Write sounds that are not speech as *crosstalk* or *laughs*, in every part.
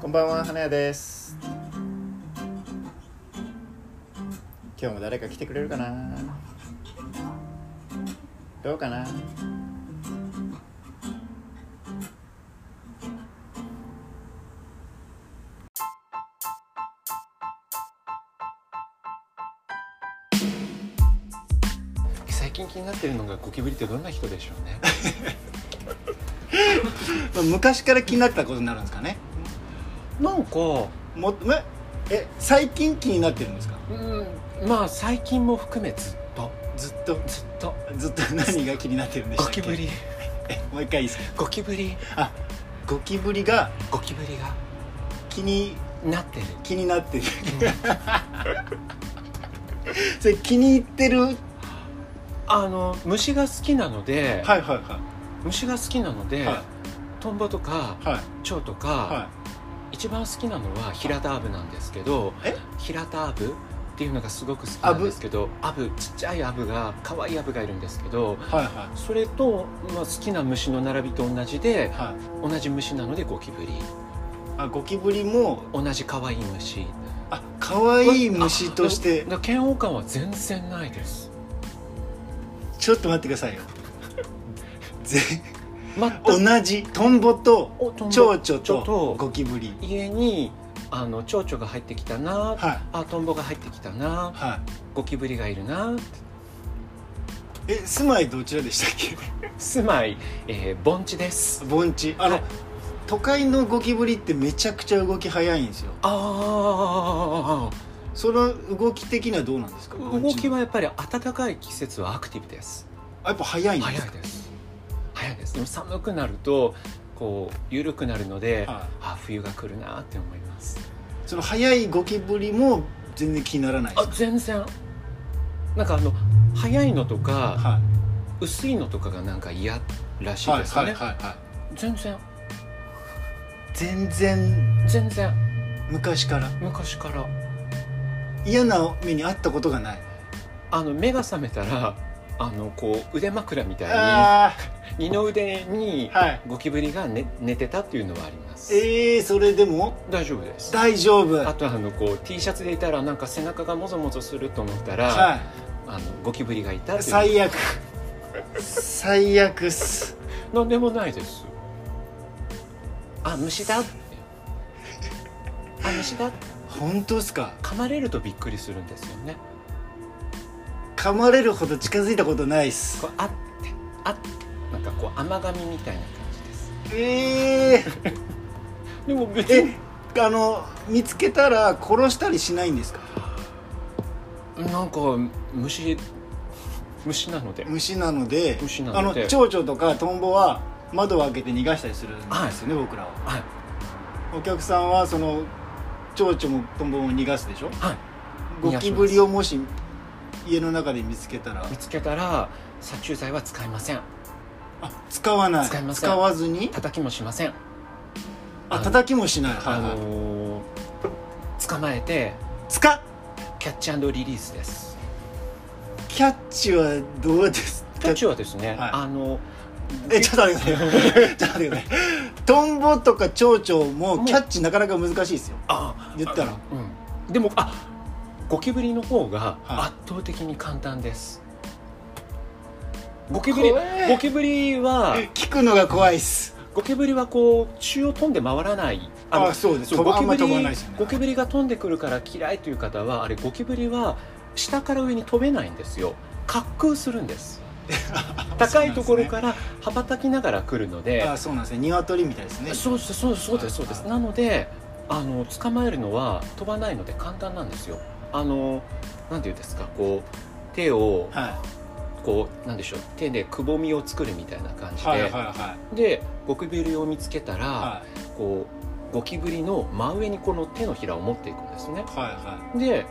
こんばんは、花屋です。今日も誰か来てくれるかな。どうかな。最近気になってるのがゴキブリってどんな人でしょうね *laughs* まあ昔から気になってたことになるんですかねなんかもええ最近気になってるんですかうんまあ最近も含めずっとずっとずっとずっと何が気になってるんでしゴたっけキブリもう一回いいですか *laughs* ゴキブリあゴキブリがゴキブリが気になってる気になって *laughs* るそれ気に入ってるはいあの虫が好きなので、はいは虫が好きなので、はいトンボとかいはい蝶とか、は一番好きなのはヒラタアブなんですけどえヒラタアブっていうのがすごく好きなんですけどアブちっちゃいアブが可愛いアブがいるんですけどいはいはそれと、まあ、好きな虫の並びと同じでいはい同じ虫なのでゴキブリあゴキブリも同じ可愛い虫あ可愛い虫としあてだから嫌悪感は全然ないですちょっと待ってください *laughs* よぜ全く同じトンボとおトンボ蝶々ととゴキブリ家にあの蝶々が入ってきたな、はいあトンボが入ってきたなはいゴキブリがいるなってえ住まいどちらでしたっ住まい、えー盆地ですけ盆地あの、はい都会のゴキブリってめちゃくちゃ動き早いんですよああその動き的にはどうなんですか盆地の動きはやっぱり暖かい季節はアクティブですあやっぱ早いんで早すいです早いですでも寒くなるとこう緩くなるので、か、はいあ冬が来るなって思いますその早いゴキブリも全然気にならないであすか全然なんかあの早いのとかは薄いのとかがなんか嫌らしいいはいですかはね、いはいはい全然全然全然昔から昔から嫌な目に遭ったことがないあの目が覚めたらあのこう腕枕みたいあに二の腕にあはいゴキブリが寝寝てたっていうのはありますえー、それでも大丈夫です大丈夫あはとあのこう T シャツでいたらなんか背中がもぞもぞすると思ったら、あのゴキブリがいたいっていう最悪最悪っすなんでもないですあ虫だってあ虫だ本当っすか噛まれるとびっくりするんですよね噛まれるほど近づいたことないっすこうあってあってなんかこう甘噛みみたいな感じですええでも別にえあの見つけたら殺したりしないんですかなんか虫虫なので虫なので虫なあのので蝶々とかトンボは窓を開けて逃がしたりするんですよね、僕らははいお客さんはその蝶々もトンボも逃がすでしょはいゴキブリをもし家の中で見つけたら見つけたら殺虫剤は使いませんあ使わない使いませんわずに叩きもしませんああの叩きもしないはあいはい、のー捕まえて使っキャッチリリースですキャッチはどうですキャッチはですね、はいあのえちょっと待ってく *laughs* ださいちょっと待ってくださいトンボとか蝶々もキャッチなかなか難しいですよあ言ったらうんでもあゴキブリの方がはい圧倒的に簡単です、ゴキブリ怖えゴキブリは聞くのが怖いっすゴキブリはこう中を飛んで回らないのあそうですそ飛うゴばキブあんま飛ばリないですよねゴキブリが飛んでくるから嫌いという方はあれゴキブリは下から上に飛べないんですよ滑空するんです高いところから羽ばたきながら来るのであそうなんですね鶏みたいですねそうですそうですそうですそうですはいなのであの捕まえるのは飛ばないので簡単なんですよあのなんていうんですかこう手をはこうなんでしょう手でくぼみを作るみたいな感いじで、はいはいはでゴキブリを見つけたら、いはいこうゴキブリの真上にこの手のひらを持っていくんですねはいはで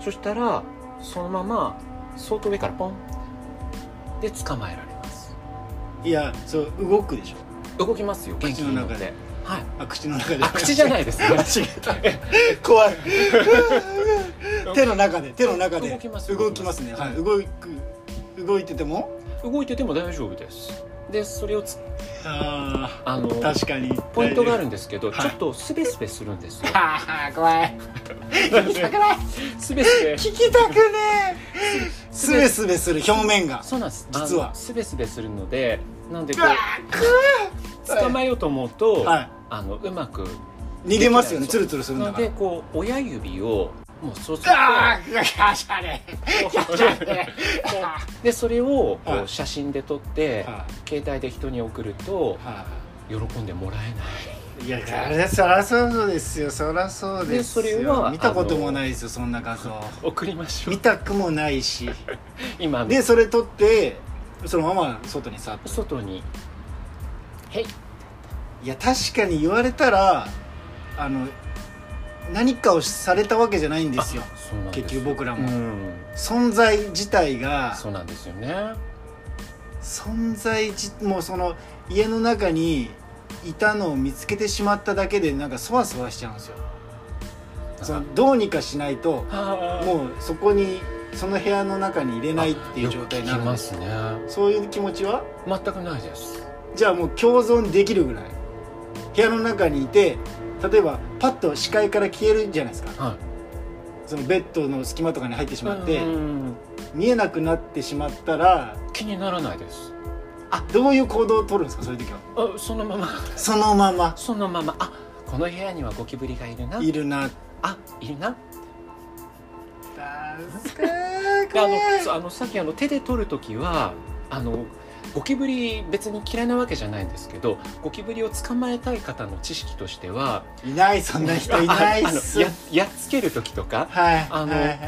そしたらそのまま相当上からポンで捕まえられますいいやそう動くでしょ動きますよ元気になって口の中ではいあ口の中であ口じゃないいです間ね違えた *laughs* 怖 *laughs* い手の中で手の中で動きます動きますねはい動く動いてても動いてても大丈夫ですでそれをつああのー確かにポイントがあるんですけど、はいちょっとスベスベするんです *laughs* よはあ怖 *laughs* い聞きたくないスベスベ聞きたくねえスベスベする表面がそうなんです実はあのスベスベするのでなんでこうわう怖い捕まえようと思うと、はいあのうまく逃げますよねツルツルするんなだのかでらこう親指をもうそうするとああガシャレガシャレでそれをこはうい写真で撮って、は携帯で人に送るといは喜んでもらえないいいやあれそらそうですよそらそうですよでそれは見たこともないですよそんな画像送りましょう見たくもないし今あのでそれ撮ってそのまま外にさ外にいや確かに言われたらあの何かをされたわけじゃないんですよそうなんです結局僕らうも、ん存在自体がそうなんですよね存在自もうその家の中にいたのを見つけてしまっただけでなんかそわそわしちゃうんですよそのどうにかしないとももうそこにその部屋の中に入れないっていう状態になるんまですすねそういう気持ちは全くないですじゃあもう共存できるぐらい部屋の中にいて例えばパッと視界から消えるじゃないですかはそのベッドの隙間とかに入ってしいまってうん見えなくなってしまったら気にならないですあどういう行動を取るんですかそういう時はあそのままそのままそのままあこの部屋にはゴキブリがいるないるなあいるなあであのそうあのさっきあの手で取る時はあのゴキブリ別に嫌いなわけじゃないんですけどゴキブリを捕まえたい方の知識としてはいないそんな人いないっすあのややっつける時とかはいあのはいはい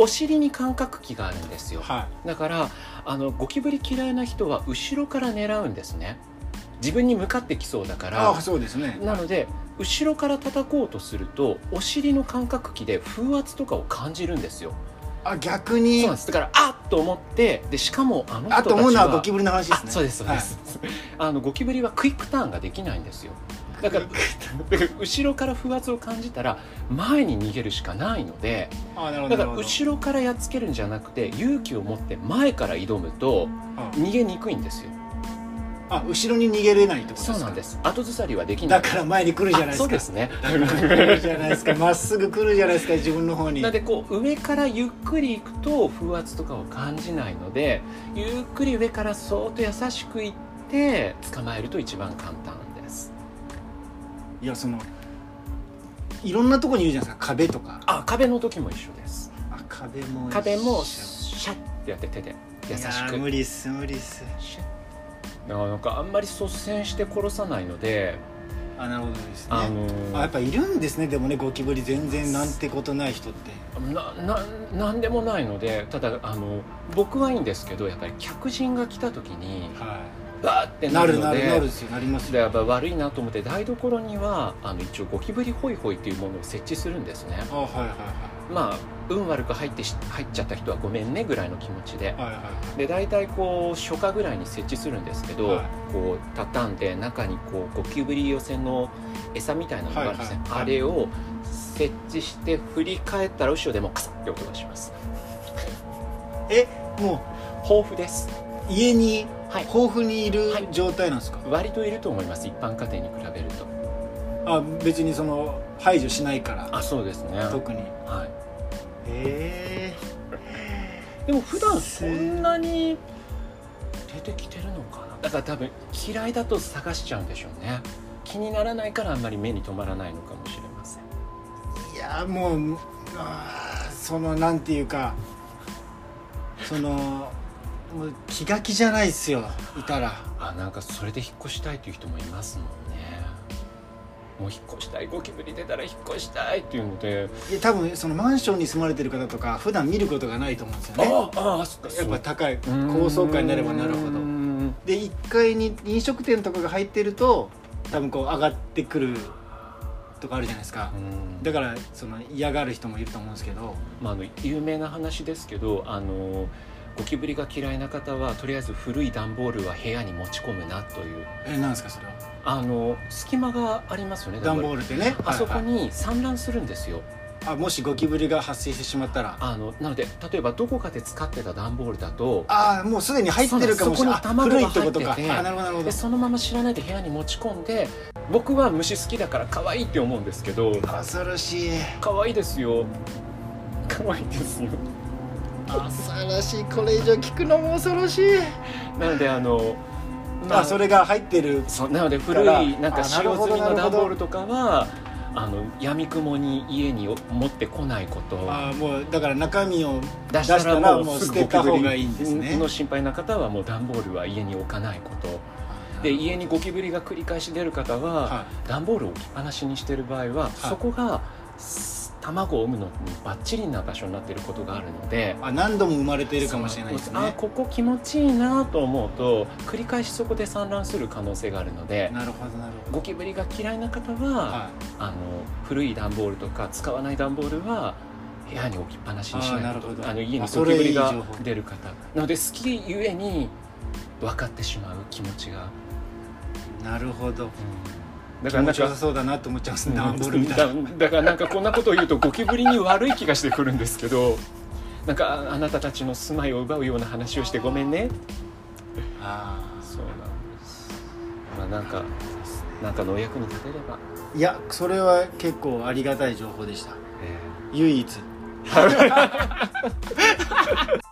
お尻に感覚器があるんですよはだからあのゴキブリ嫌いな人は後ろから狙うんですね自分に向かってきそうだかいあらそうですねなので後ろから叩こうとするとお尻の感覚器で風圧とかを感じるんですよあ逆そうになんですだからあっと思ってでしかもあの人たあちはと思うのはゴキブリの話ですねあそうですそうです、あのゴキブリはクイックターンができないんですよだからだから後ろから風圧を感じたら前に逃げるしかないのではいあなるほどなるだからほど後ろからやっつけるんじゃなくて勇気を持って前から挑むとうん逃げにくいんですよあ後ろに逃げれないってことですかそうなんです後ずさりはできないだから前に来るじゃないあですかそうですねだから来るじゃない *laughs* ですかまっすぐ来るじゃないですか自分の方になのでこう上からゆっくり行くと風圧とかを感じないのでゆっくり上からそーっと優しく行って捕まえると一番簡単ですいやそのいろんなとこにいるじゃないですか壁とかあ壁の時も一緒ですあ壁も壁もシシャッてやって手で優しャいやく無理っす無理っすシャッなんかあんまり率先して殺さないので、あなるほどですねあのーあやっぱいるんですねでもねゴキブリ全然なんてことない人ってなななんでもないのでただあの僕はいいんですけどやっぱり客人が来た時にはバーっていななるるのなでるなるですよなりますでよやっぱ悪いなと思って台所にはあの一応ゴキブリホイホイっていうものを設置するんですねあはいはいまあ運悪く入ってし入っちゃった人はごめんねぐらいの気持ちはでいはいはいで大体こう初夏ぐらいに設置するんですけど、はいこう畳んで中にこうゴキブリ寄せの餌みたいなのがあるんですね、はいはいあれを設置して振り返ったら後ろでもカサッて音がしますはいも豊富ですう家にはい豊富にいる状態なんですか、割といると思います一般家庭に比べるとあ別にその排除しないからあそうですね、特にはえい、でも普段そんなに出てきてるのかなだから多分嫌いだと探しちゃうんでしょうね気にならないからあんまり目に留まらないのかもしれませんー、いやもうあーそのなんていうかそのもう気が気じゃないっすよいたらあなんかそれで引っ越したいっていう人もいますもんねもう引っ越したいゴキブリ出たら引っ越したいっていうのでいや多分そのマンションに住まれてる方とか普段見ることがないと思うんですよねあああそっかやっぱ高いそう高層階になればなるほうどんで1階に飲食店とかが入ってると多分こう上がってくるとかあるじゃないですかだからその嫌がる人もいると思うんですけどまあ、あの有名な話ですけどあのゴキブリが嫌いな方はとりあえず古い段ボールは部屋に持ち込むなというえなんですかそれはあの隙間がありますよね段ボルールってねあそこはいはいに散乱するんですよ、ああもしゴキブリが発生してしまったらあのなので例えばどこかで使ってた段ボールだとああもうすでに入ってるかもしれないそうなんであす古いってことそかこに卵が入っててあなるほどなるほどでそのまま知らないで部屋に持ち込んで僕は虫好きだから可愛いって思うんですけど恐ろしい可愛いですよ可愛いですよ恐ろしいこれ以上聞くのも恐ろしいなのであのあそれが入ってるそうなので古からいなんかあ使なる用ほ済どみのなるほ段どボールとかはあの闇雲に家に持ってこないことああもうだから中身を出した出したららももううす捨ぐてゴキたブ方リがいいんですねの心配な方はもう段ボールは家に置かないことで家にゴキブリが繰り返し出る方はは段ボールを置きっぱなしにしてる場合はそこがす卵を産むのにバッチリな場所になっていることがあるのでい。あ何度も生まれているかもしれないですそうあねここ気持ちいいなと思うと繰り返しそこで産卵する可能性があるのでなるほどなるほどゴキブリが嫌いな方は、はあの古い段ボールとか使わない段ボールは部屋に置きっぱなしにしないあーなることほどあの家あにゴそキれブリいい情が報出る方なので好きゆえに分かってしまう気持ちが、いなるほどだ気からな持んちよさかそうだなと *laughs* 思っちゃうんですね段ボールうんみたいなだだからなんかこんなことを言うとゴキブリに悪い気がしてくるんですけどなんかああなたたちの住まいを奪うような話をしてごめんねあそうなんですまあなんかなんかのお役に立てれば、あいやそれは結構 *laughs* ありがたい情報でしたえ唯一ー